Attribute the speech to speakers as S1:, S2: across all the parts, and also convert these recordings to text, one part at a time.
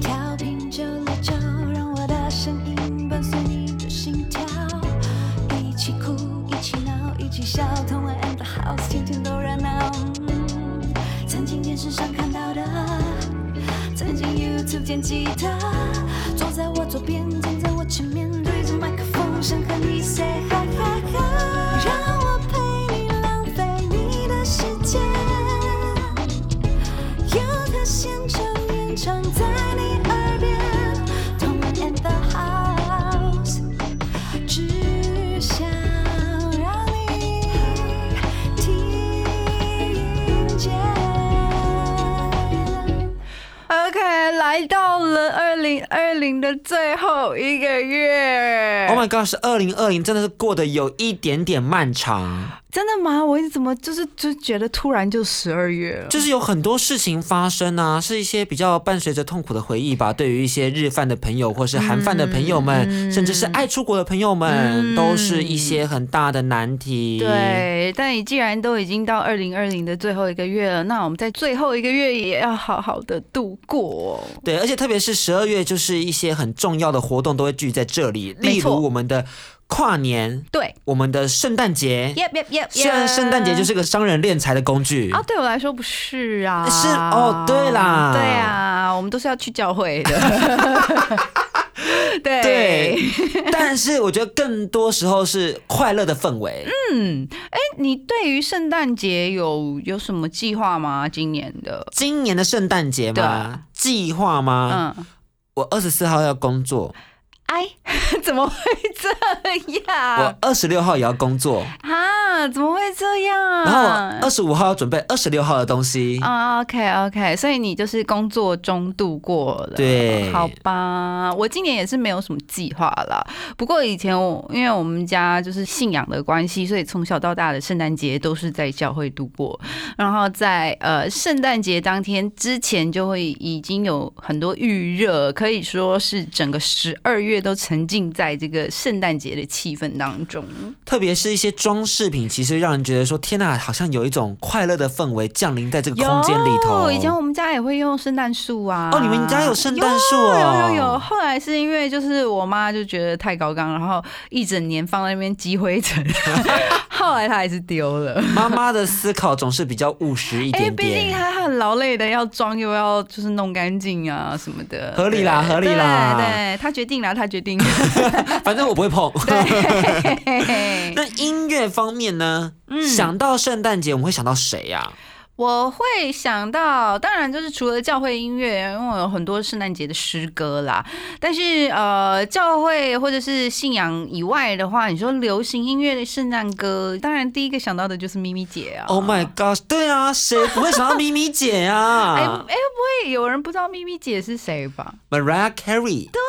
S1: 调频九六九，让我的声音伴随你的心跳，一起哭，一起闹，一起笑，同玩 in the house，天天都热闹。嗯曾经电视上看到的，曾经 YouTube 见吉他，坐在我左边，站在我前面，对着麦克风，想和你 say hi hi hi，让我陪你浪费你的时间。有他现场演唱在你耳边，同我 and the house，只想让你听见。
S2: OK，来到了二零二零的最后一个月
S3: Oh my god！是二零二零，真的是过得有一点点漫长，
S2: 真的吗？我怎么就是就觉得突然就十二月了？
S3: 就是有很多事情发生啊，是一些比较伴随着痛苦的回忆吧。对于一些日饭的朋友，或是韩饭的朋友
S2: 嗯
S3: 们，甚至是爱出国的朋友们，都是一些很大的难题。，
S2: 对，但你既然都已经到二零二零的最后一个月了，那我们在最后一个月也要好好的度过。
S3: 对，而且特别是十二月，就是一些很重要的活动都会聚集在这里，例
S2: 没错
S3: 如我们的跨年，
S2: 对
S3: 我们的圣诞节。
S2: ，Yep Yep Yep，
S3: 虽然圣诞节就是个商人敛财的工具
S2: 啊，对我来说不是啊，
S3: 是哦对啦
S2: 对啊，我们都是要去教会 的。对
S3: 对，但是我觉得更多时候是快乐的氛围。
S2: 嗯，哎，你对于圣诞节有有什么计划吗？今年的，
S3: 今年的圣诞节
S2: 对
S3: 嘛，计划吗？
S2: 嗯，
S3: 我二十四号要工作，
S2: 哎， 怎么会这样
S3: 我二十六号也要工作，
S2: 啊？怎么会这样啊？
S3: 然后我二十五号要准备二十六号的东西。
S2: 啊，OK，OK、o k OK，所以你就是工作中度过了，
S3: 对
S2: 好吧。我今年也是没有什么计划啦，不过以前我因为我们家就是信仰的关系，所以从小到大的圣诞节都是在教会度过。然后在呃圣诞节当天之前，就会已经有很多预热，可以说是整个十二月都沉浸在这个圣诞节的气氛当中。
S3: 特别是一些装饰品，其实让人觉得说，天呐，好像有一种快乐的氛围降临在这个空间里头。
S2: 有以前我们家也会用圣诞树啊。
S3: 哦，你们家有圣诞树哦？
S2: 有有有，后来是因为就是我妈就觉得太高纲，然后一整年放在那边积灰 尘，后来她还是丢了。
S3: 妈妈的思考总是比较务实一
S2: 哎，
S3: 点
S2: 毕竟
S3: 点。
S2: 她很劳累的，要装又要就是弄干净啊什么的，
S3: 合理啦
S2: 对
S3: 合理啦
S2: 对，对她决定啦，她决 定。
S3: 反正我不会碰。
S2: 对，
S3: 那音乐方面呢？
S2: 嗯
S3: 想到圣诞节，我们会想到谁啊呀、
S2: 我会想到，当然就是除了教会音乐，因为我有很多圣诞节的诗歌啦。但是呃，教会或者是信仰以外的话，你说流行音乐的圣诞歌，当然第一个想到的就是咪咪姐啊。
S3: Oh my gosh！对啊，谁不会想到咪咪姐啊
S2: 哎 哎，不会有人不知道咪咪姐是谁吧？
S3: ？Mariah Carey。
S2: 对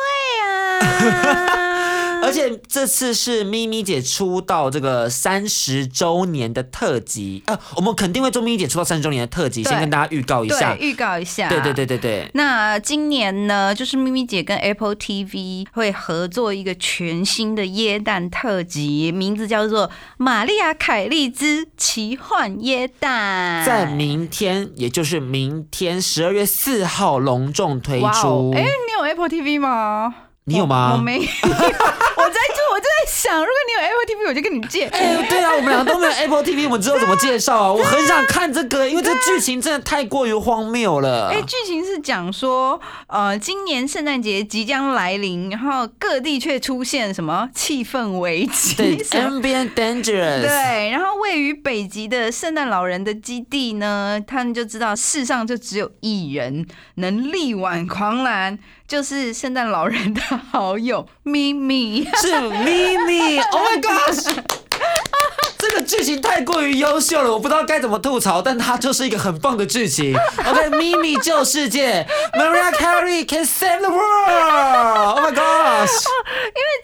S2: 呀、
S3: 而且这次是咪咪姐出道这个三十周年的特辑，呃，我们肯定会做咪咪姐出道三十周年的特辑，
S2: 对
S3: 先跟大家预告一下
S2: 对，。预告一下，
S3: 对对对对对，
S2: 那今年呢，就是咪咪姐跟 Apple TV 会合作一个全新的耶诞特辑，名字叫做《玛丽亚·凯莉之奇幻耶诞》。
S3: 在明天，也就是明天十二月四号隆重推
S2: 哇哦
S3: 出。
S2: 哎、你有 Apple TV 吗？
S3: 你有
S2: 我
S3: 吗？
S2: 没有， 我在就我就在想，如果你有 Apple TV，我就跟你借。
S3: 哎、对啊，我们两个都没有 Apple TV，我们之后怎么介绍 啊？我很想看这个，因为这剧情真的太过于荒谬了。
S2: 哎，剧情是讲说，呃，今年圣诞节即将来临，然后各地却出现什么气氛危机，
S3: 对
S2: 什么
S3: ，Ambient Dangerous，
S2: 对，然后位于北极的圣诞老人的基地呢，他们就知道世上就只有一人能力挽狂澜，就是圣诞老人的好友咪咪。
S3: 是咪咪。Oh my gosh！这个剧情太过于优秀了，我不知道该怎么吐槽，但它就是一个很棒的 剧情。OK，咪咪救世界，Mariah Carey can save the world。Oh my gosh！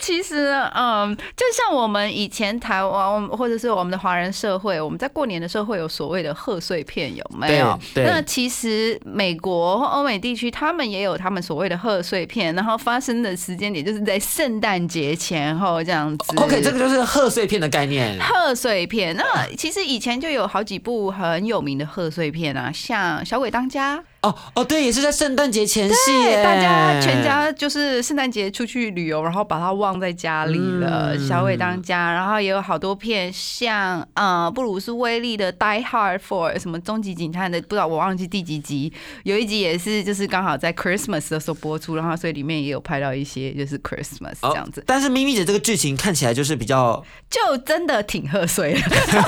S2: 其实，嗯，就像我们以前台湾我们或者是我们的华人社会，我们在过年的时候会有所谓的贺岁片，有没有？
S3: 对对
S2: 那其实美国或欧美地区，他们也有他们所谓的贺岁片，然后发生的时间点就是在圣诞节前后这样子。
S3: OK，这个就是贺岁片的概念。
S2: 贺岁片，那其实以前就有好几部很有名的贺岁片啊，像《小鬼当家》哎
S3: 哦哦，对，也是在圣诞节前夕耶，
S2: 大家全家就是圣诞节出去旅游，然后把它忘在家里了，
S3: 嗯
S2: 小伟当家，然后也有好多片，像呃布鲁斯威利的《Die Hard for》什么《终极警探》的，不知道我忘记第几集，有一集也是就是刚好在 Christmas 的时候播出，然后所以里面也有拍到一些就是 Christmas
S3: 哦
S2: 这样子，
S3: 但是咪咪姐这个剧情看起来就是比较
S2: 就真的挺贺岁的。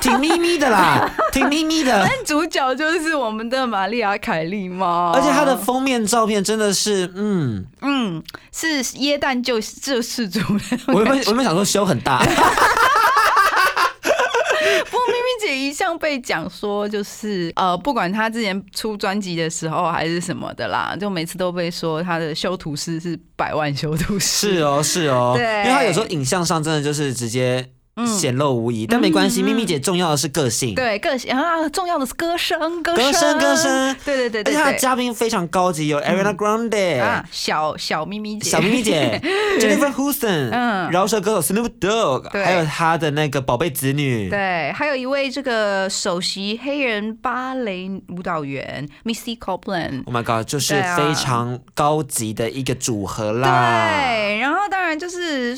S3: 挺咪咪 的啦，挺咪咪的。
S2: 主角就是我们的玛丽亚凯莉嘛，
S3: 而且它的封面照片真的是，嗯，
S2: 嗯是耶诞救救世主那种
S3: 我原
S2: 感
S3: 本
S2: 觉
S3: 我原本想说修很 大，
S2: 不过咪咪姐一向被讲说，就是呃，不管她之前出专辑的时候还是什么的啦，就每次都被说她的修图师是百万修图师。
S3: 是哦是哦，
S2: 对嗯
S3: 因为它有时候影像上真的就是直接显露无遗，但没关系，咪咪姐重要的是个性，
S2: 对，个性啊，重要的是歌声，歌
S3: 歌声歌声
S2: 对对对
S3: 而
S2: 对
S3: 且她
S2: 对
S3: 的嘉宾非常高级，有 Ariana Grande，、
S2: 啊，小小咪咪姐，
S3: 小咪 咪姐 Jennifer Hudson，
S2: 嗯
S3: 饶舌歌手 Snoop Dogg，
S2: 对
S3: 还有她的那个宝贝子女，
S2: 对，还有一位这个首席黑人芭蕾舞蹈员 Missy Copeland，
S3: Oh my god，就是
S2: 对啊
S3: 非常高级的一个组合啦。
S2: 对，然后当然就是，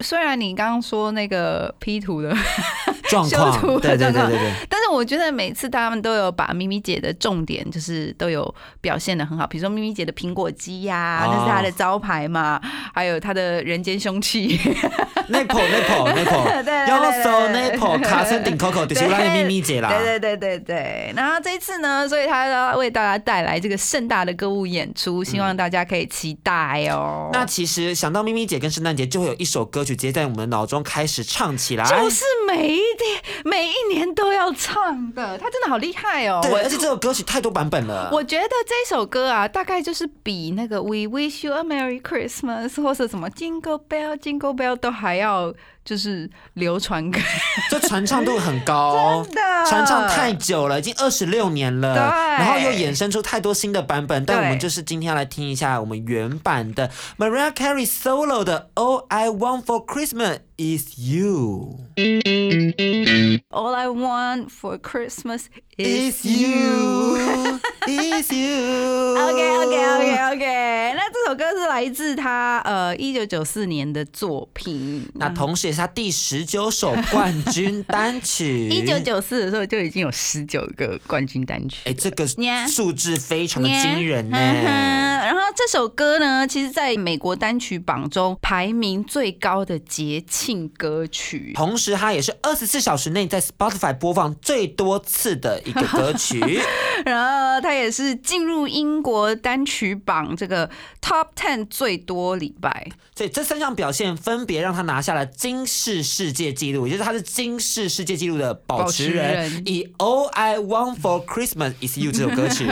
S2: 虽然你刚刚说那个 P 图的。
S3: 状
S2: 修图
S3: 况，对
S2: 状
S3: 对对
S2: 况
S3: 对对，
S2: 但是我觉得每次他们都有把咪咪姐的重点，就是都有表现的很好。比如说咪咪姐的苹果肌呀、
S3: 哦
S2: 那是她的招牌嘛，还有她的人间凶器。
S3: Napo Napo
S2: 对对对
S3: Napo，要搜
S2: 对
S3: Napo 卡 森顶 Coco，就是我让你咪咪姐啦。
S2: 对对对对对。然后这一次呢，所以她要为大家带来这个盛大的歌舞演出，希望大家可以期待哦。
S3: 嗯那其实想到咪咪姐跟圣诞节，就会有一首歌曲直接在我们脑中开始唱起来。
S2: 就是每一天、每一年都要唱的，她真的好厉害哦！
S3: 对，
S2: 我
S3: 而且这首歌曲太多版本了。
S2: 我觉得这首歌啊，大概就是比那个 We Wish You a Merry Christmas 或者什么 Jingle Bell Jingle Bell 都还要就是流传开
S3: 这传唱度很 高，
S2: 的
S3: 传唱太久了，已经二十六年了。
S2: 对
S3: 然后又衍生出太多新的版本，但
S2: 对
S3: 我们就是今天要来听一下我们原版的 Mariah Carey solo 的 All I Want for Christmas Is You。
S2: All I Want for Christmas is
S3: Is
S2: you。
S3: you, is you.
S2: OK OK OK OK，那这首歌是来自他呃一九九四年的作品。
S3: 那同时也是他第十九首冠军单 曲。
S2: 一九。九四的时候就已经有十九个冠军单曲。
S3: 哎，这个
S2: 呀
S3: 数字非常的惊人呢、
S2: 啊嗯哼 然后这首歌呢，其实在美国单曲榜中排名最高的节庆歌曲。
S3: 同时，它也是二十四小时内在 Spotify 播放最多次的一个 歌曲。
S2: 然后它也是进入英国单曲榜这个 Top Ten 最多礼拜。
S3: 所以这三项表现分别让他拿下了金氏世界纪录，也就是他是金氏世界纪录的保持
S2: 保
S3: 人，
S2: 持人
S3: 以《All I Want for Christmas Is You》这首歌曲。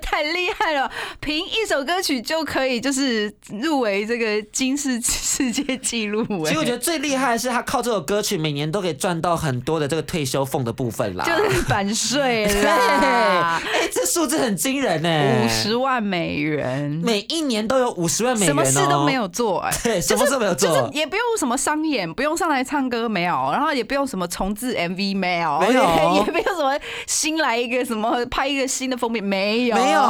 S2: 太厉害了！凭一首歌曲就可以就是入围这个金世世界纪录、哎
S3: 其实我觉得最厉害的是他靠这首歌曲每年都可以赚到很多的这个退休俸的部分啦。
S2: 就是版税
S3: 对，
S2: 啦，
S3: 哎、这数字很惊人呢、哎
S2: 五十万美元，
S3: 每一年都有五十万美元、
S2: 什
S3: 哦，
S2: 么事都没。有做、哎。
S3: 对，什么事都没有做。
S2: 就是也不用什么商演，不用上来唱歌没有，然后也不用什么重置 MV 没有，
S3: 没有
S2: 也 也没有什么新来一个什么拍一个新的封面没有，
S3: 没有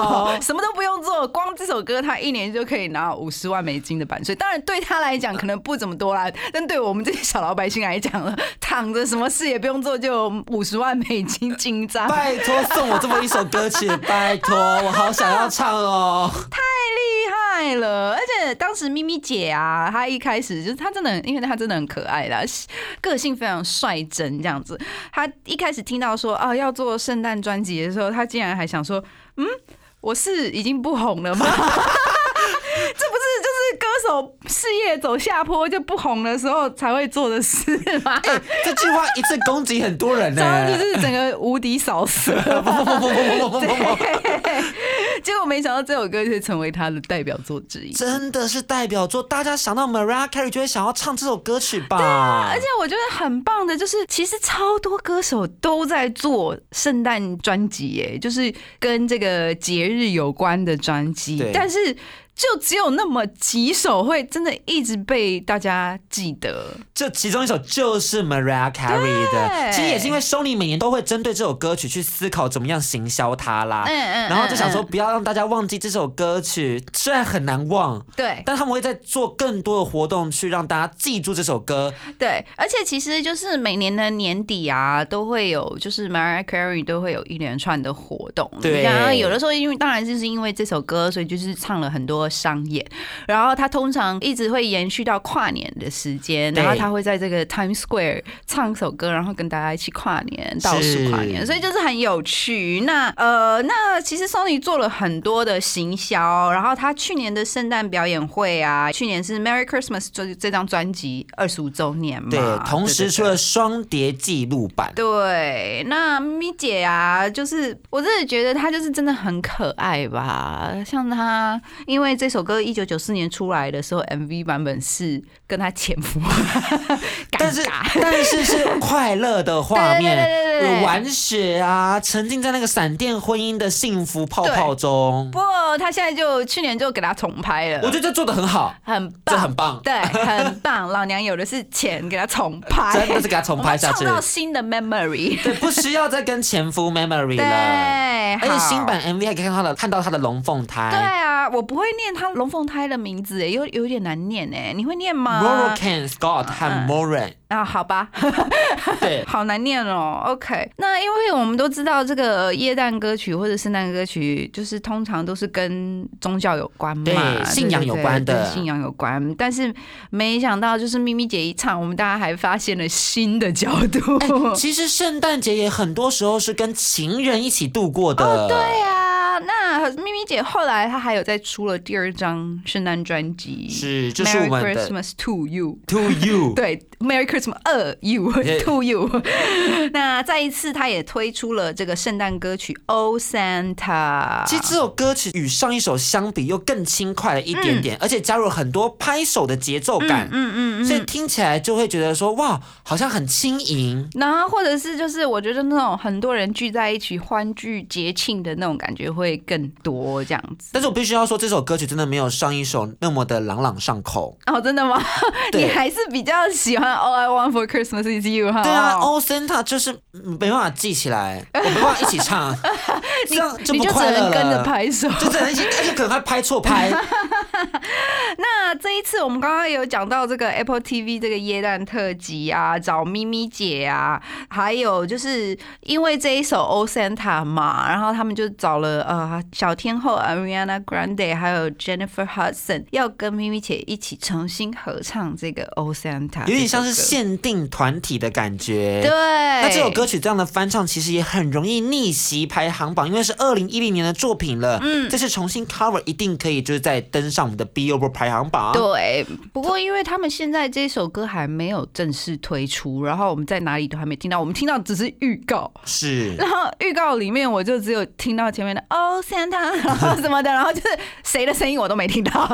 S2: 什么都不用做，光这首歌他一年就可以拿五十万美金的版税，当然对他来讲可能不怎么多啦，但对我们这些小老百姓来讲了，躺着什么事也不用做就五十万美金进账，太
S3: 拜托送我这么一首歌曲，拜托，我好想要 唱哦。
S2: 厉害了！而且当时咪咪姐啊，她一开始就是她真的很，因为她真的很可爱啦， 个性非常率真这样子。她一开始听到说啊要做圣诞专辑的时候，她竟然还想说，嗯，我是已经不红了吗？ 这不是就是歌手事业走下坡就不红的时候才会做的事吗？
S3: 哎、这句话一次攻击很多人呢、
S2: 然后就是整个无敌扫射，结果没想到这首歌却成为她的代表作之一。
S3: 真的是代表作，大家想到 Mariah Carey 就会想要唱这首歌曲吧
S2: 啊而？且我觉得很棒的，就是其实超多歌手都在做圣诞专辑，耶，就是跟这个节日有关的专辑
S3: 对，
S2: 但是。就只有那么几首会真的一直被大家记得。
S3: 这其中一首就是 Mariah Carey 的，
S2: 对
S3: 其实也是因为 Sony 每年都会针对这首歌曲去思考怎么样行销它啦，
S2: 嗯嗯
S3: 然后就想说
S2: 嗯
S3: 不要让大家忘记这首歌曲，虽然很难忘，
S2: 对
S3: 但他们会在做更多的活动去让大家记住这首歌。
S2: 对，而且其实就是每年的年底啊，都会有就是 Mariah Carey 都会有一连串的活动。
S3: 对
S2: 然后有的时候因为当然就是因为这首歌，所以就是唱了很多商演。然后他通常一直会延续到跨年的时间，
S3: 对
S2: 然后他会在这个 Times Square 唱首歌，然后跟大家一起跨年倒数跨年，
S3: 是
S2: 所以就是很有趣。那呃，那其实 Sony 做了很多的行销，然后他去年的圣诞表演会啊，去年是 Merry Christmas 这这张专辑二十五周年嘛，
S3: 对，同时出
S2: 对
S3: 了双碟记录版。
S2: 啊对，那咪姐啊，就是我真的觉得她就是真的很可爱吧。像她，因为这首歌一九九四年出来的时候，MV 版本是跟她前夫，
S3: 但
S2: 尴
S3: 是
S2: 尬。
S3: 但是是快乐的画 面，
S2: 对对对对对
S3: 呃玩雪啊，沉浸在那个闪电婚姻的幸福泡泡中
S2: 不。过她现在就去年就给她重拍了，
S3: 我觉得这做的很好，
S2: 很
S3: 这
S2: 棒，
S3: 很棒，
S2: 对，很棒。老娘有的是钱给她重拍，
S3: 真的是给他重
S2: 我
S3: 拍
S2: 们
S3: 下
S2: 创
S3: 去，
S2: 造新的 memory。
S3: 对，不需要再跟前夫 memory
S2: 对，
S3: 了。而且
S2: 好
S3: 新版 MV 还可以看到他的看到他的龙凤
S2: 对
S3: 胎
S2: 啊，我不会念他龙凤胎的名字，有有点难念哎，你会念吗
S3: m o r o c a n Scott 和 Moran，
S2: 啊，好吧，
S3: 对，
S2: 好难念哦。OK，那因为我们都知道这个耶诞歌曲或者圣诞歌曲，就是通常都是跟宗教有关嘛，
S3: 对信仰有关的
S2: 对对信仰有关。但是没想到，就是咪咪姐一唱，我们大家还发现了新的角度。
S3: 其实圣诞节也很多时候是跟情人一起度过的，
S2: 哦，对啊，那咪咪姐后来她还有再出了第二张圣诞专辑，
S3: 是就是我们
S2: Merry
S3: 的
S2: Christmas to You。
S3: To You，
S2: 对，Merry Christmas 二 you
S3: Yeah.
S2: to you。那再一次，他也推出了这个圣诞歌曲《Oh Santa》。
S3: 其实这首歌曲与上一首相比又更轻快了一点点，而且加入了很多拍手的节奏感，
S2: 嗯嗯嗯
S3: 所以
S2: 嗯。
S3: 听起来就会觉得说哇，好像很轻盈。
S2: 然后，或者是就是，我觉得那种很多人聚在一起欢聚节庆的那种感觉会更多这样子。
S3: 但是我必须要说，这首歌曲真的没有上一首那么的朗朗上口。
S2: 哦，真的吗？
S3: 对
S2: 你还是比较喜欢《All I Want for Christmas Is You》哈？
S3: 对啊，O
S2: 哦
S3: Santa 就是嗯没办法记起来，我没办法一起唱，这样就
S2: 你
S3: 不
S2: 就只
S3: 快乐
S2: 能跟着
S3: 了。
S2: 拍手。
S3: 就只能一起，而且可能还拍错拍。
S2: 那这一次我们刚刚有讲到这个 Apple TV 这个耶诞特辑啊，找咪咪姐啊，还有就是因为这一首《O Santa》嘛，然后他们就找了呃小天后 Ariana Grande 还有 Jennifer Hudson 要跟咪咪姐一起重新合唱这个《O Santa》，
S3: 有点像是限定团体的感觉。
S2: 对。
S3: 那
S2: 那
S3: 这首歌曲这样的翻唱，其实也很容易逆袭排行榜，因为是二零一零年的作品了。嗯，这次重新 cover 一定可以，就是再登上我们的 Billboard 排行榜。
S2: 对，不过因为他们现在这首歌还没有正式推出，然后我们在哪里都还没听到，我们听到只是预告，
S3: 是。
S2: 然后预告里面我就只有听到前面的哦 Santa 然后什么的，然后就是谁的声音我都没听到。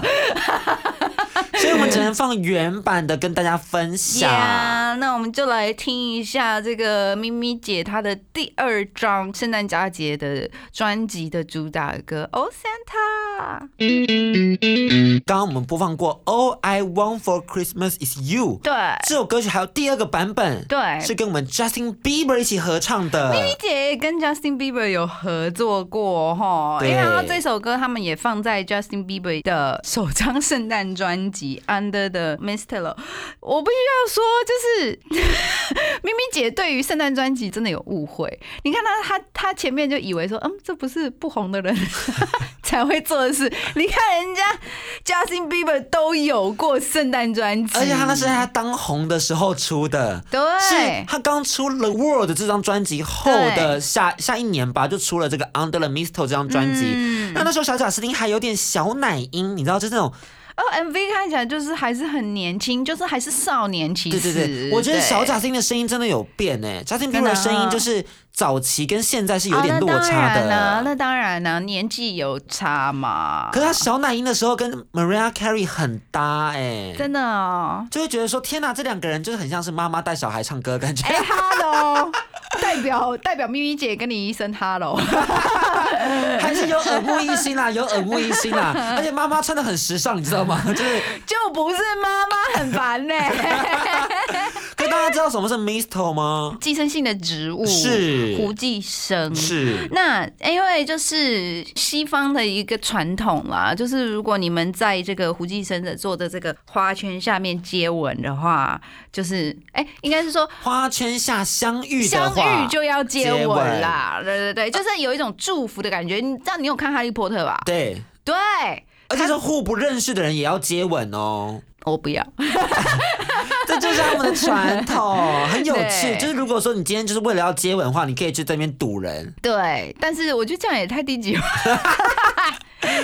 S3: 所以我们只能放原版的跟大家分享。
S2: Yeah，那我们就来听一下这个咪咪姐她的第二张圣诞佳节的专辑的主打歌《Oh Santa》。
S3: 刚刚我们播放过《All I Want for Christmas Is You》
S2: 对，
S3: 这首歌曲，还有第二个版本，
S2: 对
S3: 是跟我们 Justin Bieber 一起合唱的。
S2: 咪姐也跟 Justin Bieber 有合作过哈，
S3: 对
S2: 因为她这首歌他们也放在 Justin Bieber 的首张圣诞专辑《Under the Mistletoe》。我必须要说，就是咪咪姐对于圣诞专辑真的有误会。你看她，她她前面就以为说，嗯，这不是不红的人 才会做的事。你看人家 Justin Bieber 都有过圣诞专辑，
S3: 而且他那是在他当红的时候出的，是
S2: 对。
S3: 他刚出了《World》这张专辑后的下下一年吧，就出了这个《Under the Mistletoe》这张专辑。
S2: 嗯
S3: 那那时候小贾斯汀还有点小奶音，你知道，就这种
S2: 哦，MV 看起来就是还是很年轻，就是还是少年其
S3: 对
S2: 实。
S3: 对对，我觉得小贾
S2: 对
S3: 斯汀的声音真的有变诶、贾斯汀比
S2: 真
S3: 尔
S2: 的
S3: 的声音
S2: 啊
S3: 就是早期跟现在是有点
S2: 哦
S3: 落差
S2: 那当
S3: 的。
S2: 然啦、那当然啦、年纪有差嘛。
S3: 可是他小奶音的时候跟 Mariah Carey 很搭欸诶、
S2: 真的 哦，
S3: 就会觉得说天哪，这两个人就是很像是妈妈带小孩唱歌的感觉。
S2: 哎、哈喽，代表代表咪咪姐跟你一声哈喽。
S3: 还是有耳目一新啦，有耳目一新 啦。而且妈妈穿的很时尚，你知道吗？就是
S2: 就不是妈妈很 烦呢、
S3: 跟大家知道什么是 mistle 吗？
S2: 寄生性的植物
S3: 是
S2: 胡寄生。
S3: 是
S2: 那因为就是西方的一个传统啦，就是如果你们在这个胡寄生的做的这个花圈下面接吻的话，就是哎、应该是说
S3: 花圈下相遇的
S2: 相
S3: 话，
S2: 遇就要接吻啦，对对对，就是有一种祝福的感觉。你知道你有看《哈利波特》吧？
S3: 对，
S2: 对，
S3: 而且是互不认识的人也要接吻 哦。
S2: 我不要。
S3: 这就是他们的传统，很有趣。
S2: 对
S3: 就是如果说你今天就是为了要接吻的话，你可以去这边堵人。
S2: 对，但是我觉得这样也太低级了。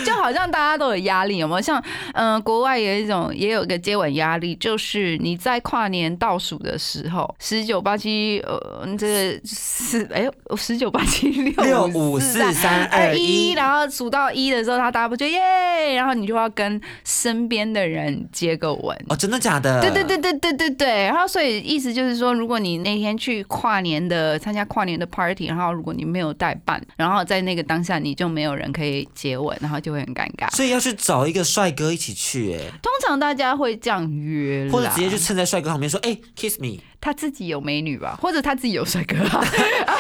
S2: 就好像大家都有压力，有没有？像嗯、呃国外有一种也有一个接吻压力，就是你在跨年倒数的时候，十九八七呃，这四哎呦，十九八七六
S3: 六五四三二
S2: 二
S3: 一
S2: 一，然后数到一的时候，他大家不就耶，然后你就要跟身边的人接个吻。
S3: 哦，真的假的？
S2: 对对对对对对对，然后所以意思就是说，如果你那天去跨年的参加跨年的 party，然后如果你没有带伴，然后在那个当下你就没有人可以接吻，然后就会很尴尬。
S3: 所以要去找一个帅哥一起去、哎，
S2: 通常大家会这样约啦，
S3: 或者直接就蹭在帅哥旁边说，哎、k i s s me。
S2: 他自己有美女吧，或者他自己有帅哥、啊，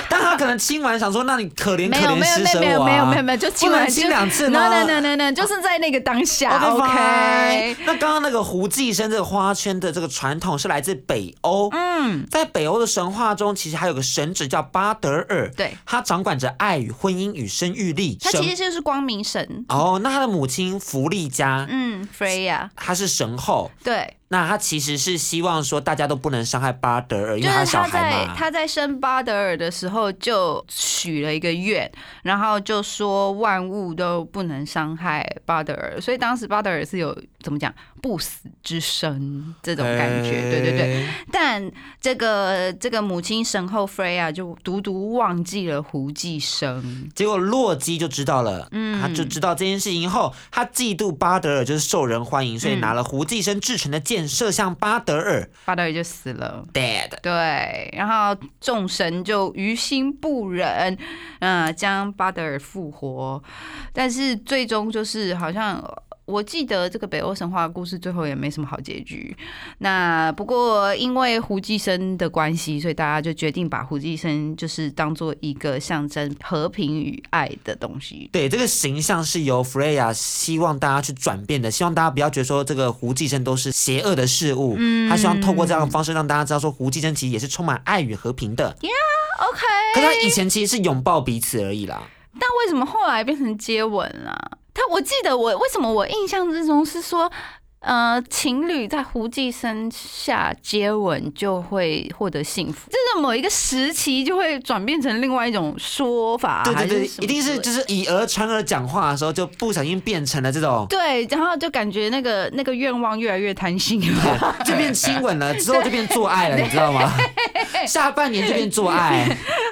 S3: 但他可能亲完想说，那你可怜可
S2: 没有
S3: 怜
S2: 没有
S3: 施舍
S2: 没有
S3: 我、啊，
S2: 没有没有没有，就亲
S3: 不
S2: 完
S3: 能亲
S2: 就
S3: 两次
S2: no
S3: 吗
S2: no no no no，就是在那个当下
S3: OK，
S2: OK。
S3: 那刚刚那个胡寄生这个花圈的这个传统是来自北欧，嗯，在北欧的神话中，其实还有个神职叫巴德尔，
S2: 对，
S3: 他掌管着爱与婚姻与生育力。
S2: 他
S3: 神
S2: 其实就是光明神，
S3: 哦，那他的母亲弗利加，
S2: 嗯，Freya，
S3: 她是神后，
S2: 对，
S3: 那她其实是希望说大家都不能伤害巴德尔，因
S2: 就
S3: 为她
S2: 是
S3: 小
S2: 他
S3: 孩
S2: 在
S3: 嘛。
S2: 他在生巴德尔的时候就许了一个愿，然后就说万物都不能伤害巴德尔，所以当时巴德尔是有怎么讲不死之身这种感觉，对对对。
S3: 哎，
S2: 但这个这个母亲神后 Freya 就独独忘记了胡寄生，
S3: 结果洛基就知道了，嗯，他就知道这件事情后，他嫉妒巴德尔就是受人欢迎，所以拿了胡寄生制成的箭射向巴德尔
S2: 巴德尔就死了。
S3: ，dead。
S2: 对，然后众神就于心不忍，嗯、将巴德尔复活，但是最终就是好像。我记得这个北欧神话故事最后也没什么好结局。那不过因为胡寄生的关系，所以大家就决定把胡寄生就是当做一个象征和平与爱的东西。
S3: 对，这个形象是由 Freya 希望大家去转变的，希望大家不要觉得说这个胡寄生都是邪恶的事物，嗯，他希望透过这样的方式让大家知道说胡寄生其实也是充满爱与和平的。
S2: OK，
S3: 可是他以前其实是拥抱彼此而已啦。
S2: 但为什么后来变成接吻了、他我记得我为什么我印象之中是说，呃，情侣在胡寄生下接吻就会获得幸福，这是某一个时期就会转变成另外一种说法，
S3: 对
S2: 还是
S3: 对对，
S2: 什么
S3: 一定
S2: 之
S3: 是
S2: 类的
S3: 啊就是以讹传讹讲话的时候，就不小心变成了这种，
S2: 对，然后就感觉那个那个愿望越来越贪心 了。
S3: 就变亲吻了，之后就变做爱了，你知道 吗？下半年就变做爱，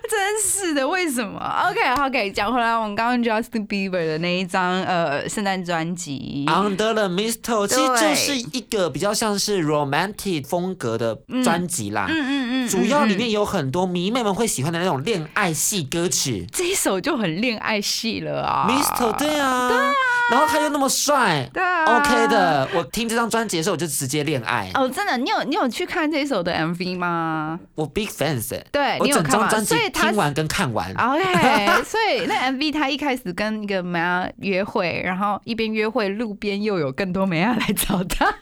S2: 真是的，为什么？OK OK，讲回来，我们刚刚 Justin Bieber 的那一张呃圣诞专辑
S3: Under the Mistletoe 其实就
S2: 对
S3: 是一个比较像是 romantic 风格的专辑啦。
S2: 嗯嗯嗯，
S3: 主要里
S2: 嗯嗯
S3: 面有很多迷妹们会喜欢的那种恋爱系歌曲。
S2: 这一首就很恋爱系了啊
S3: Mr. 对啊，对啊，然后他又那么帅，
S2: 对啊
S3: OK 的。我听这张专辑的时候，我就直接恋爱，
S2: 哦，真的，你有你有去看这首的 MV 吗？
S3: 我 big fans 欸。
S2: 对
S3: 我
S2: 你有
S3: 整
S2: 看
S3: 张
S2: 吗
S3: 专辑
S2: 所以他哦
S3: 听完跟看完，
S2: OK，所 以那 MV 他一开始跟一个梅亚约会，然后一边约会，路边又有更多梅亚来找他，
S3: 哦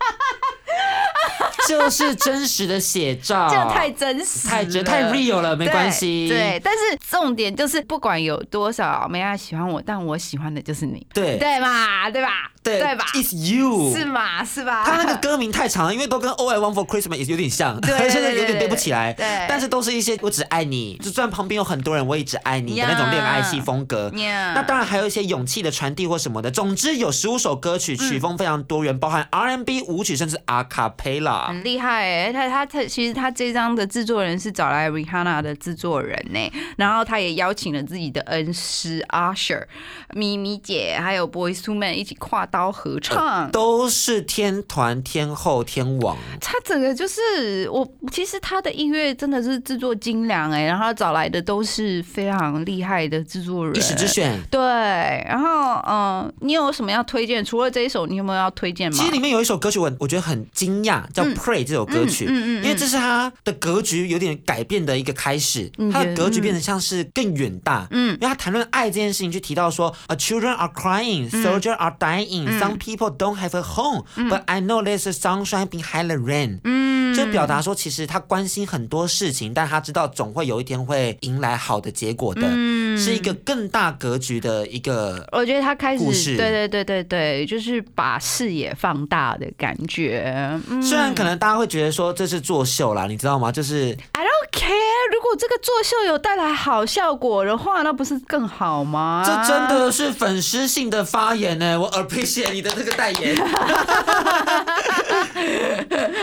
S3: 就是真实的写照，
S2: 这样太真实了，
S3: 太真太 real 了，没
S2: 对
S3: 关系，
S2: 对，但是重点就是，不管有多少梅亚喜欢我，但我喜欢的就是你，
S3: 对
S2: 对嘛，对吧？
S3: 对
S2: 对吧？
S3: ，It's you，
S2: 是嘛，是吧？
S3: 他那个歌名太长了，因为都跟《All I Want for Christmas》也有点像，
S2: 对对
S3: 现在有
S2: 对对
S3: 点对不起来。
S2: 对
S3: 但是都是一些我只爱你，就算旁边有很多人，我也只爱你的那种恋爱系风格。
S2: Yeah
S3: 那当然还有一些勇气的传递或什么的。总之有十五首歌曲，曲风非常多元，包含 R&B 舞曲，甚至 a cappella。
S2: 很厉害哎、他他他其实他这张的制作人是找来 Rihanna 的制作人呢、然后他也邀请了自己的恩师 Usher、咪咪姐还有 Boys to Men 一起跨刀合唱。
S3: 都是天团、天后、天王，
S2: 他整个就是我，其实他的音乐真的是制作精良哎、然后他找来的都是非常厉害的制作人，
S3: 一时之选。
S2: 对，然后嗯、呃你有什么要推荐？除了这一首，你有没有要推荐吗？
S3: 其实里面有一首歌曲我，我觉得很惊讶，叫《
S2: 嗯
S3: Pray》这首歌曲，
S2: 嗯嗯嗯嗯
S3: 因为这是他的格局有点改变的一个开始
S2: 嗯，
S3: 他
S2: 也
S3: 的格局变得像是更远大。
S2: 嗯
S3: 因为他谈论爱这件事情，去提到说，a children are crying,
S2: 嗯
S3: soldiers are dying,、some people don't have a home,、but I know there's a sunshine behind the rain。
S2: 嗯，
S3: 就表达说，其实他关心很多事情，但他知道总会有一天会迎来好的结果的，
S2: 嗯
S3: 是一个更大格局的一个。
S2: 我觉得他开
S3: 故
S2: 始，
S3: 事
S2: 对对对对对，就是把视野放大的感觉。嗯
S3: 虽然可能大家会觉得说这是作秀啦，你知道吗？就是
S2: ，I don't care。如果这个作秀有带来好效果的话，那不是更好吗？
S3: 这真的是粉丝性的发言呢，我 appreciate 你的这个代 言。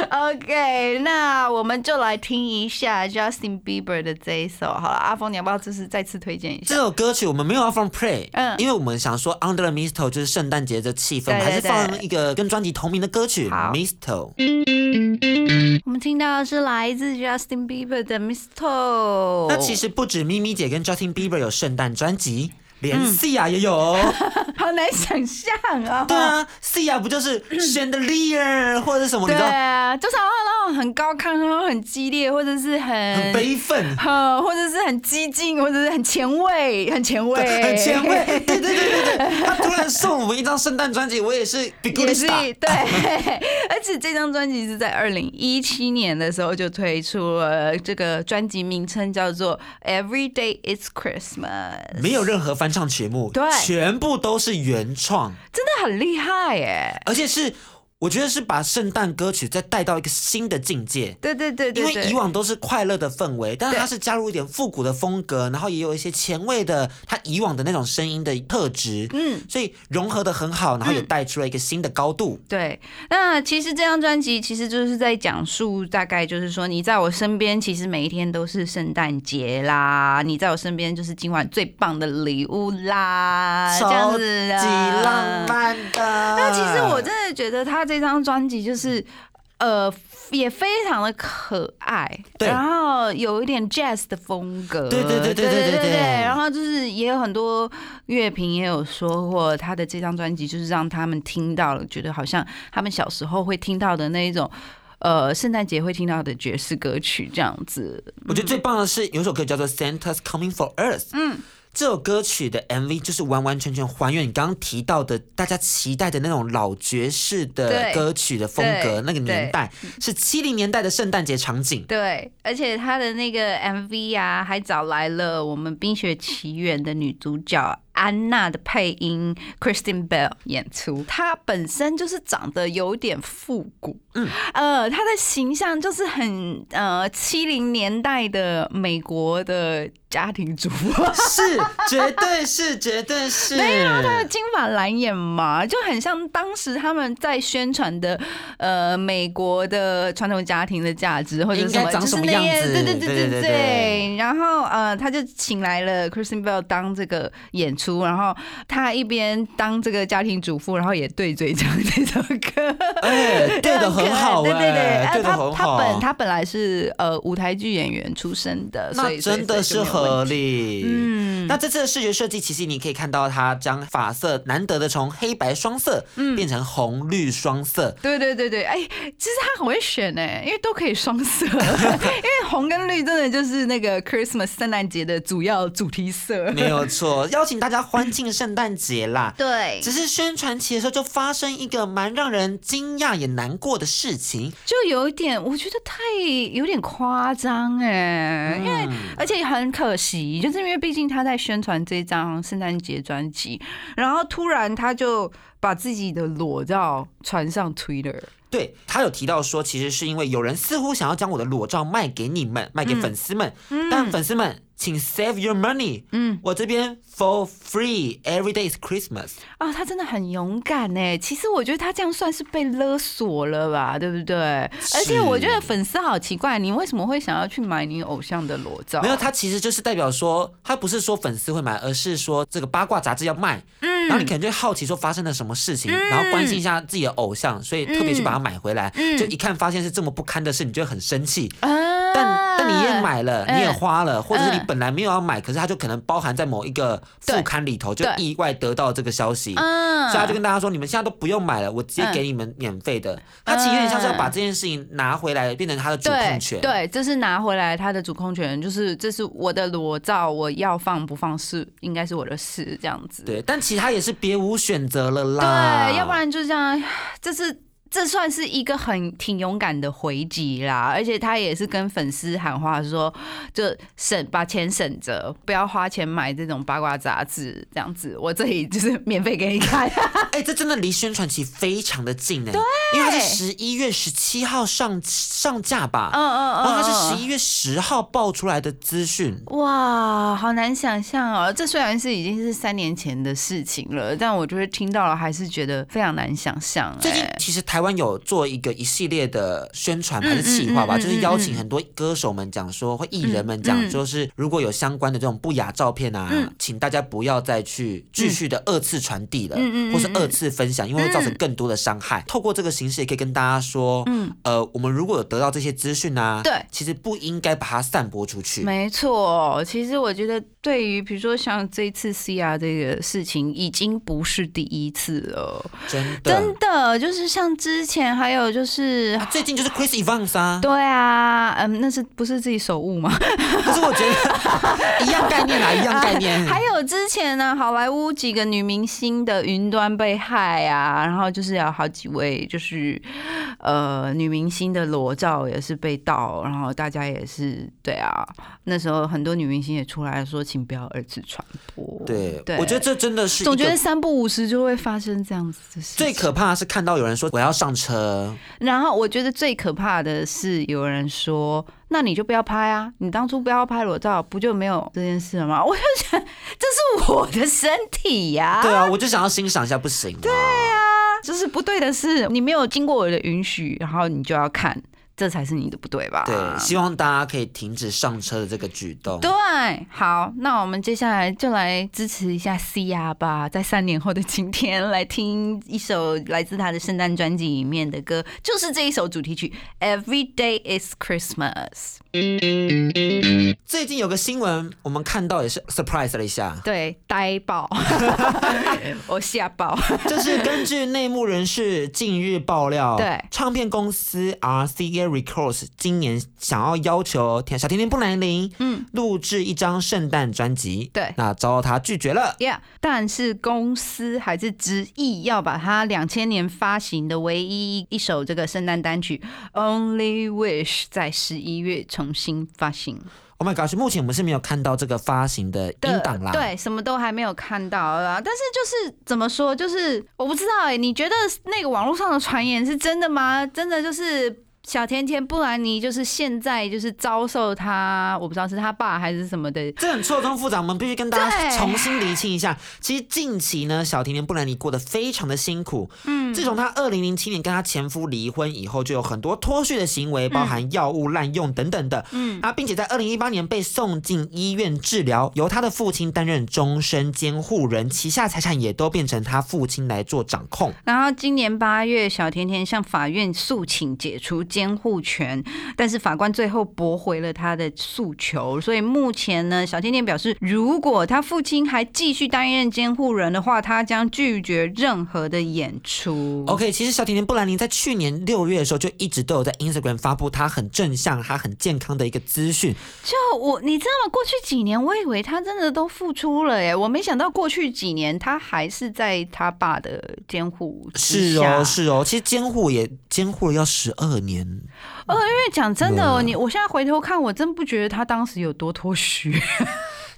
S2: OK，那我们就来听一下 Justin Bieber 的这一首好了。阿峰，你要不要就是再次推荐一
S3: 这
S2: 下？
S3: 首歌曲我们没有要放 Pray，
S2: 嗯
S3: 因为我们想说 Under the Mistle 就是圣诞节的气氛，
S2: 对对
S3: 我们还是
S2: 对
S3: 放一个跟专辑同名的歌曲
S2: 好嗯
S3: Mistle。
S2: 我们听到的是来自 Justin Bieber 的 Mistle。
S3: 那其实不止咪咪姐跟 Justin Bieber 有圣诞专辑，
S2: 嗯
S3: 连 Sia 也有哦。
S2: 好难想象啊！
S3: 对啊，Sia 不就是 Chandelier 或者什么，你
S2: 对
S3: 知道，
S2: 啊，就是好像那种很高亢，然后很激烈，或者是很
S3: 很悲愤。
S2: 很呃或者是很激进，或者是很前卫，很前卫，
S3: 很前卫，对对对对 对，他突然送我们一张圣诞专辑，我也是比
S2: 也
S3: 咕
S2: 是对， 而且这张专辑是在二零一七年的时候就推出了，这个专辑名称叫做《Every Day Is Christmas》，
S3: 没有任何翻唱曲目，
S2: 对
S3: 全部都是原创，
S2: 真的很厉害耶！
S3: 而且是我觉得是把圣诞歌曲再带到一个新的境界。
S2: 对对对
S3: 因
S2: 对
S3: 为
S2: 对，
S3: 以往都是快乐的氛围，但是
S2: 对
S3: 它是加入一点复古的风格，然后也有一些前卫的，它以往的那种声音的特质，
S2: 嗯。
S3: 所以融合的很好，然后也带出了一个新的高度。
S2: 对，那其实这张专辑其实就是在讲述，大概就是说，你在我身边，其实每一天都是圣诞节啦，你在我身边就是今晚最棒的礼物啦，啊这样
S3: 超
S2: 子
S3: 级
S2: 的
S3: 浪。漫的。
S2: 那
S3: 那
S2: 其实我真的觉得他这张专辑就是，呃。也非常的可爱，
S3: 对
S2: 然后有一点 jazz 的风格，
S3: 对对
S2: 对
S3: 对对对对
S2: 对
S3: 对
S2: 然后就是也有很多乐评也有说过，他的这张专辑就是让他们听到了，觉得好像他们小时候会听到的那一种，呃，圣诞节会听到的爵士歌曲这样子。
S3: 我觉得最棒的是有一首歌叫做《Santa's Coming for Us》。嗯。这首歌曲的 MV 就是完完全全还原你刚刚提到的大家期待的那种老爵士的
S2: 对
S3: 歌曲的风
S2: 对
S3: 格，那个年代是七零年代的圣诞节场景。
S2: 对，而且他的那个 MV 啊，还找来了我们《冰雪奇缘》的女主角安娜的配音 Kristen Bell 演出。她本身就是长得有点复古，嗯，呃，她的形象就是很呃七零年代的美国的家庭主妇。
S3: 是，绝对是，绝对啊是。
S2: 没有，她啊的金发蓝眼嘛，就很像当时他们在宣传的，呃，美国的传统家庭的价值或者
S3: 应
S2: 什
S3: 该
S2: 么，
S3: 长
S2: 就是
S3: 什么
S2: 那
S3: 样
S2: 些
S3: 子
S2: 对对对
S3: 对
S2: 对
S3: 对对对
S2: 然后呃，他就请来了 Kristen Bell 当这个演出，然后他一边当这个家庭主妇，然后也对嘴唱这首歌。
S3: 哎、 对的很好、哎，
S2: 对对对，
S3: 对的
S2: 他
S3: 很
S2: 他
S3: 好。
S2: 本他本来是呃舞台剧演员出身的，所以
S3: 那真的是合。理。
S2: 嗯
S3: 嗯，那这次的视觉设计，其实你可以看到它将发色难得的从黑白双色
S2: 嗯
S3: 变成红绿双色。
S2: 对对对对，哎、其实他很会选呢、因为都可以双色，因为红跟绿真的就是那个 Christmas 圣诞节的主要主题色。
S3: 没有错，邀请大家欢庆圣诞节啦！
S2: 对
S3: 只是宣传期的时候就发生一个蛮让人惊讶也难过的事情，
S2: 就有一点，我觉得太有点夸张哎，因为而且很可惜，就是因为毕竟他在宣传这张圣诞节专辑，然后突然他就把自己的裸照传上 Twitter，
S3: 对他有提到说，其实是因为有人似乎想要将我的裸照卖给你们，卖给粉丝们，但粉丝们。请 save your money。嗯，我这边 for free，every day is Christmas。
S2: 啊，他真的很勇敢呢。其实我觉得他这样算是被勒索了吧，对不对？而且我觉得粉丝好奇怪，你为什么会想要去买你偶像的裸照？
S3: 没有，它其实就是代表说，它不是说粉丝会买，而是说这个八卦杂志要卖，嗯，然后你可能就会好奇说发生了什么事情，
S2: 嗯
S3: 然后关心一下自己的偶像，所以特别去把它买回来，就一看发现是这么不堪的事，你就会很生气。
S2: 嗯啊
S3: 但但你也买了，你也
S2: 嗯
S3: 花了，或者是你
S2: 嗯
S3: 本来没有要买，可是它就可能包含在某一个
S2: 对
S3: 副刊里头，就
S2: 对
S3: 意外得到这个消息，
S2: 嗯，
S3: 所以他就跟大家说，你们现在都不用买了，我直接
S2: 嗯
S3: 给你们免费的。他其实有点像是要把这件事情拿回来，变成他的主控权。
S2: 对，这是拿回来他的主控权，就是这是我的裸照，我要放不放是应该是我的事，这样子。
S3: 对，但其实他也是别无选择了啦。
S2: 对，要不然就这样，这是。这算是一个很挺勇敢的回击啦，而且他也是跟粉丝喊话说，就省把钱省着，不要花钱买这种八卦杂志，这样子我这里就是免费给你 看。
S3: 哎、这真的离宣传期非常的近呢、对，因为它是十一月十七号上上架吧，
S2: 嗯嗯嗯
S3: 然后它哦是
S2: 嗯
S3: 十一月十号爆出来的资讯。
S2: 哇，好难想象哦！这虽然是已经是三年前的事情了，但我觉得听到了还是觉得非常难想象、哎
S3: 最近其实台湾有做一个一系列的宣传还是企划吧，
S2: 嗯嗯嗯
S3: 就是邀请很多歌手们讲说，或艺人们
S2: 嗯
S3: 讲，
S2: 嗯
S3: 就是如果有相关的这种不雅照片啊，请大家不要再去继续的二次传递了，
S2: 嗯嗯嗯嗯
S3: 或是二次分享，因为会造成更多的伤害。透过这个形式也可以跟大家说，呃，我们如果有得到这些资讯啊，
S2: 对
S3: 其实不应该把它散播出去。
S2: 没错，其实我觉得对于比如说像这一次 CR 这个事情，已经不是第一次了，
S3: 真的，
S2: 真的就是像之前还有就是。
S3: 最近就是 Chris Evans 啊，
S2: 对啊，嗯，那是不是自己手误吗？
S3: 可是我觉得 一样概念啊，一样概 念。
S2: 还有之前呢，好莱坞几个女明星的云端被害啊，然后就是有好几位就是呃女明星的裸照也是被盗，然后大家也是对啊，那时候很多女明星也出来说，请不要二次传播。
S3: 对，我觉得这真的是一
S2: 总觉
S3: 个
S2: 得三不五时就会发生这样子的事
S3: 最
S2: 情。
S3: 可怕的是看到有人说我要上车，
S2: 然后我觉得最可怕的是有人说，那你就不要拍啊，你当初不要拍裸照，不就没有这件事了吗？ 我就觉得这是我的身体呀、
S3: 对啊，我就想要欣赏一下，不行吗？啊对
S2: 啊这是不对的事，你没有经过我的允许，然后你就要看，这才是你的不对吧？
S3: 希望大家可以停止上车的这个举动。
S2: 对，好，那我们接下来就来支持一下 C R 吧，在三年后的今天，来听一首来自他的圣诞专辑里面的歌，就是这一首主题曲《Every Day Is Christmas》。
S3: 最近有个新闻，我们看到也是 surprise 了 一下，
S2: 对，呆 爆，我吓爆。
S3: 就是根据内幕人士近日爆料，
S2: 对
S3: 唱片公司 RCA Records 今年想要要求田小甜甜布兰妮，嗯，录制一张圣诞专辑，
S2: 对
S3: 那遭到他拒绝了。
S2: Yeah，但是公司还是执意要把他两千年发行的唯一一首这个圣诞单曲《Only Wish》在十一月重新发行。
S3: Oh my gosh，目前我们是没有看到这个发行的音
S2: 的
S3: 档啦，，
S2: 对，什么都还没有看到啊。但是就是怎么说，就是我不知道哎、你觉得那个网络上的传言是真的吗？真的就是。小甜甜布兰妮就是现在就是遭受他，我不知道是他爸还是什么的
S3: 这很错综复杂，我们必须跟大家
S2: 对
S3: 重新厘清一下。其实近期呢，小甜甜布兰妮过得非常的辛苦。嗯，自从她二零零七年跟她前夫离婚以后，就有很多脱序的行为，包含药物滥用等等的。嗯，啊，并且在二零一八年被送进医院治疗，由她的父亲担任终身监护人，旗下财产也都变成她父亲来做掌控。
S2: 然后今年八月，小甜甜向法院诉请解除监护权，但是法官最后驳回了他的诉求。所以目前呢，小甜甜表示，如果他父亲还继续担任监护人的话，他将拒绝任何的演出。
S3: OK，其实小甜甜布兰妮在去年六月的时候就一直都有在 Instagram 发布她很正向、她很健康的一个资讯。
S2: 就我，你知道吗？过去几年，我以为他真的都付出了耶，我没想到过去几年他还是在他爸的监护之
S3: 是
S2: 下
S3: 哦，是哦，其实监护也监护了要十二年，
S2: 呃，因为讲真的哦，
S3: 嗯
S2: 你我现在回头看，我真不觉得他当时有多脱虚。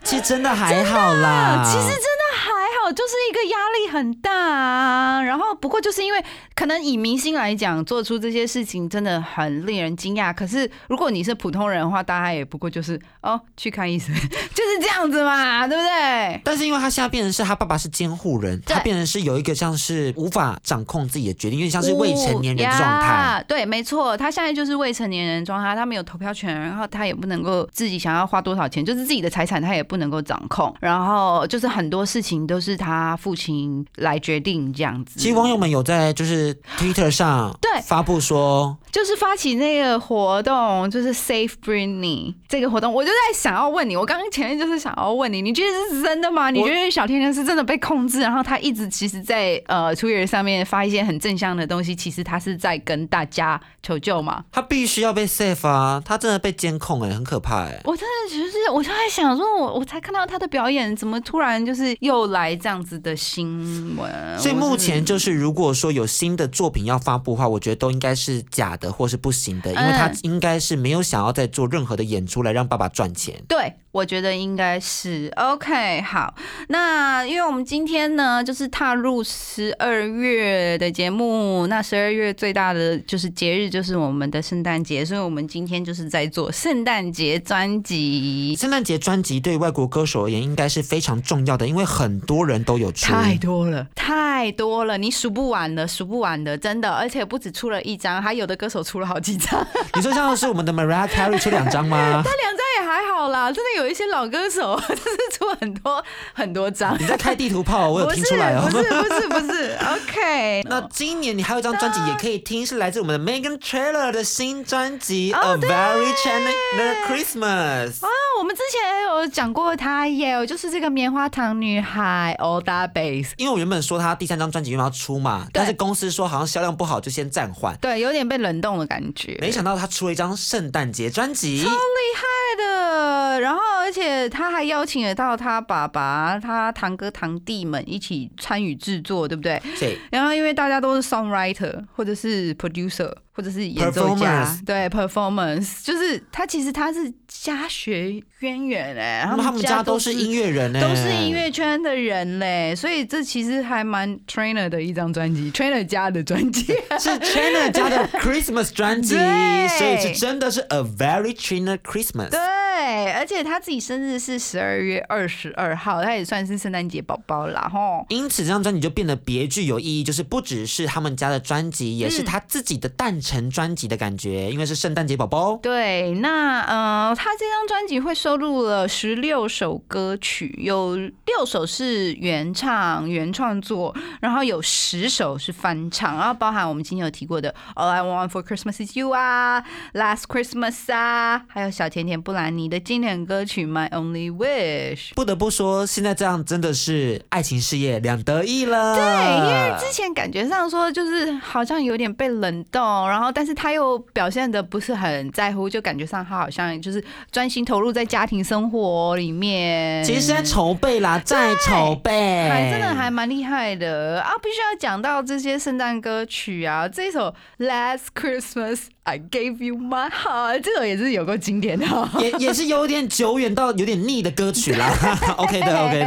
S3: 其实真的还好啦。
S2: 其实真的还好，就是一个压力很大啊。然后不过就是因为可能以明星来讲，做出这些事情真的很令人惊讶。可是如果你是普通人的话，大家也不过就是哦，去看医生， 就是这样子嘛，对不对？
S3: 但是因为他现在变成是他爸爸是监护人，
S2: 对
S3: 他变成是有一个像是无法掌控自己的决定，有点像是未成年人的状态。
S2: 哦呀对，没错，他现在就是未成年人状态，他没有投票权，然后他也不能够自己想要花多少钱，就是自己的财产他也不能够掌控，然后就是很多事情都是他父亲来决定这样子。
S3: 其实网友们有在就是 Twitter 上
S2: 对
S3: 发布说，
S2: 就是发起那个活动，就是 Save Britney 这个活动，我就在想要问你，我刚刚前面就是想要问你，你觉得是真的吗？你觉得小甜甜是真的被控制，然后她一直其实在呃 Twitter 上面发一些很正向的东西，其实她是在跟大家求救吗？
S3: 他必须要被 safe 啊，他真的被监控哎、很可怕哎、
S2: 我真的只是，我就在想说我，我才看到她的表演，怎么突然就是又来这样子的新闻？
S3: 所以
S2: 我是
S3: 目前就是，如果说有新的作品要发布的话，我觉得都应该是假的或是不行的，因为他
S2: 嗯
S3: 应该是没有想要再做任何的演出来让爸爸赚钱。
S2: 对，我觉得应该是 OK。好，那因为我们今天呢，就是踏入十二月的节目，那十二月最大的就是节日，就是我们的圣诞节，所以我们今天就是在做圣诞节专辑。
S3: 圣诞节专辑对外国歌手而言应该是非常重要的，因为很多人都有出。
S2: 太多了，太多了，你数不完的，数不完的，真的，而且不止出了一张，还有的歌手出了好几张。
S3: 你说像是我们的 Mariah Carey 出两张吗？
S2: 两张也还好啦，真的有一些老歌手， 真是出很多很多张。
S3: 你在开地图炮，我有
S2: 不
S3: 听
S2: 是
S3: 出来哦
S2: 不。是不是不是 ，OK。
S3: 那今年你还有一张专辑也可以听，是来自我们的 Megan Trainor 的新专辑《
S2: 哦
S3: A Very China Christmas》。
S2: 那我们之前有讲过她耶，就是这个棉花糖女孩 Oda Base，
S3: 因为我原本说他第三张专辑原本要出嘛，但是公司说好像销量不好，就先暂缓。
S2: 对，有点被冷冻的感觉，
S3: 没想到他出了一张圣诞节专辑，
S2: 对的。然后，而且她还邀请得到她爸爸、她堂哥、堂弟们一起参与制作，对不对？
S3: 所以
S2: 然后，因为大家都是 songwriter 或者是 producer 或者是演奏家
S3: Performance
S2: 对 performance，就是他其实他是家学渊源哎、
S3: 那么他们家都是音乐人呢、欸
S2: 都是音。乐圈的人嘞，所以这其实还蛮 Trainer 的一张专辑，Trainer 家的专辑。
S3: 是 China 家的 Christmas 专辑，
S2: 对
S3: 所以是真的是 A Very China Christmas。
S2: 对，而且他自己生日是十二月二十二号，他也算是圣诞节宝宝啦吼。
S3: 因此，这张专辑就变得别具有意义，就是不只是他们家的专辑，也是他自己的诞辰专辑的感觉，因为是圣诞节宝宝。
S2: 对，那呃，他这张专辑会收录了十六首歌曲，有六首是原唱、原创作，然后有十首是翻唱，然后包含我们今天有提过的《All I Want for Christmas Is You》啊，《Last Christmas》啊，还有小甜甜布兰妮的经典歌曲《My Only Wish》。
S3: 不得不说，现在这样真的是爱情事业两得意了。
S2: 对，因
S3: 嗯
S2: 为之前感觉上说就是好像有点被冷冻，然后但是他又表现的不是很在乎，就感觉上他好像就是专心投入在家庭生活里面。
S3: 其实哎是在筹备啦，在筹备，
S2: 还真的还蛮厉害的啊！必须要讲到这些圣诞歌曲啊，这一首《Last Christmas I Gave You My Heart》这首也是有够经典的哦、
S3: 也也是有点久远到有点腻的歌曲 啦。OK 的，OK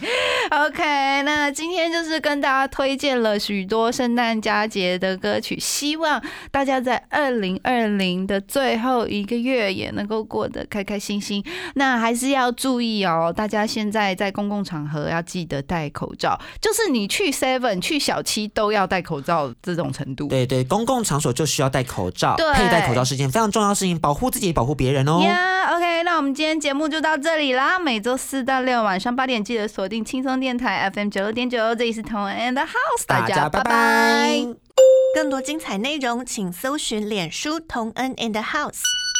S3: 的。
S2: OK，那今天就是跟大家推荐了许多圣诞佳节的歌曲，希望大家在二零二零的最后一个月也能够过得开开心心。那还是要注意哦，大家现在在公共场合要记得戴口罩，就是你去 Seven、去小七都要戴口罩这种程度。
S3: 对对，公共场所就需要戴口罩，
S2: 对
S3: 佩戴口罩是一件非常重要的事情，保护自己也保护别人哦。
S2: 呀、o k 那我们今天节目就到这里啦。每周四到六晚上八点，记得锁定轻松电台 FM 九六点九，这里是同恩 and the House，
S3: 大家拜拜。
S4: 更多精彩内容，请搜寻脸书同恩 and house。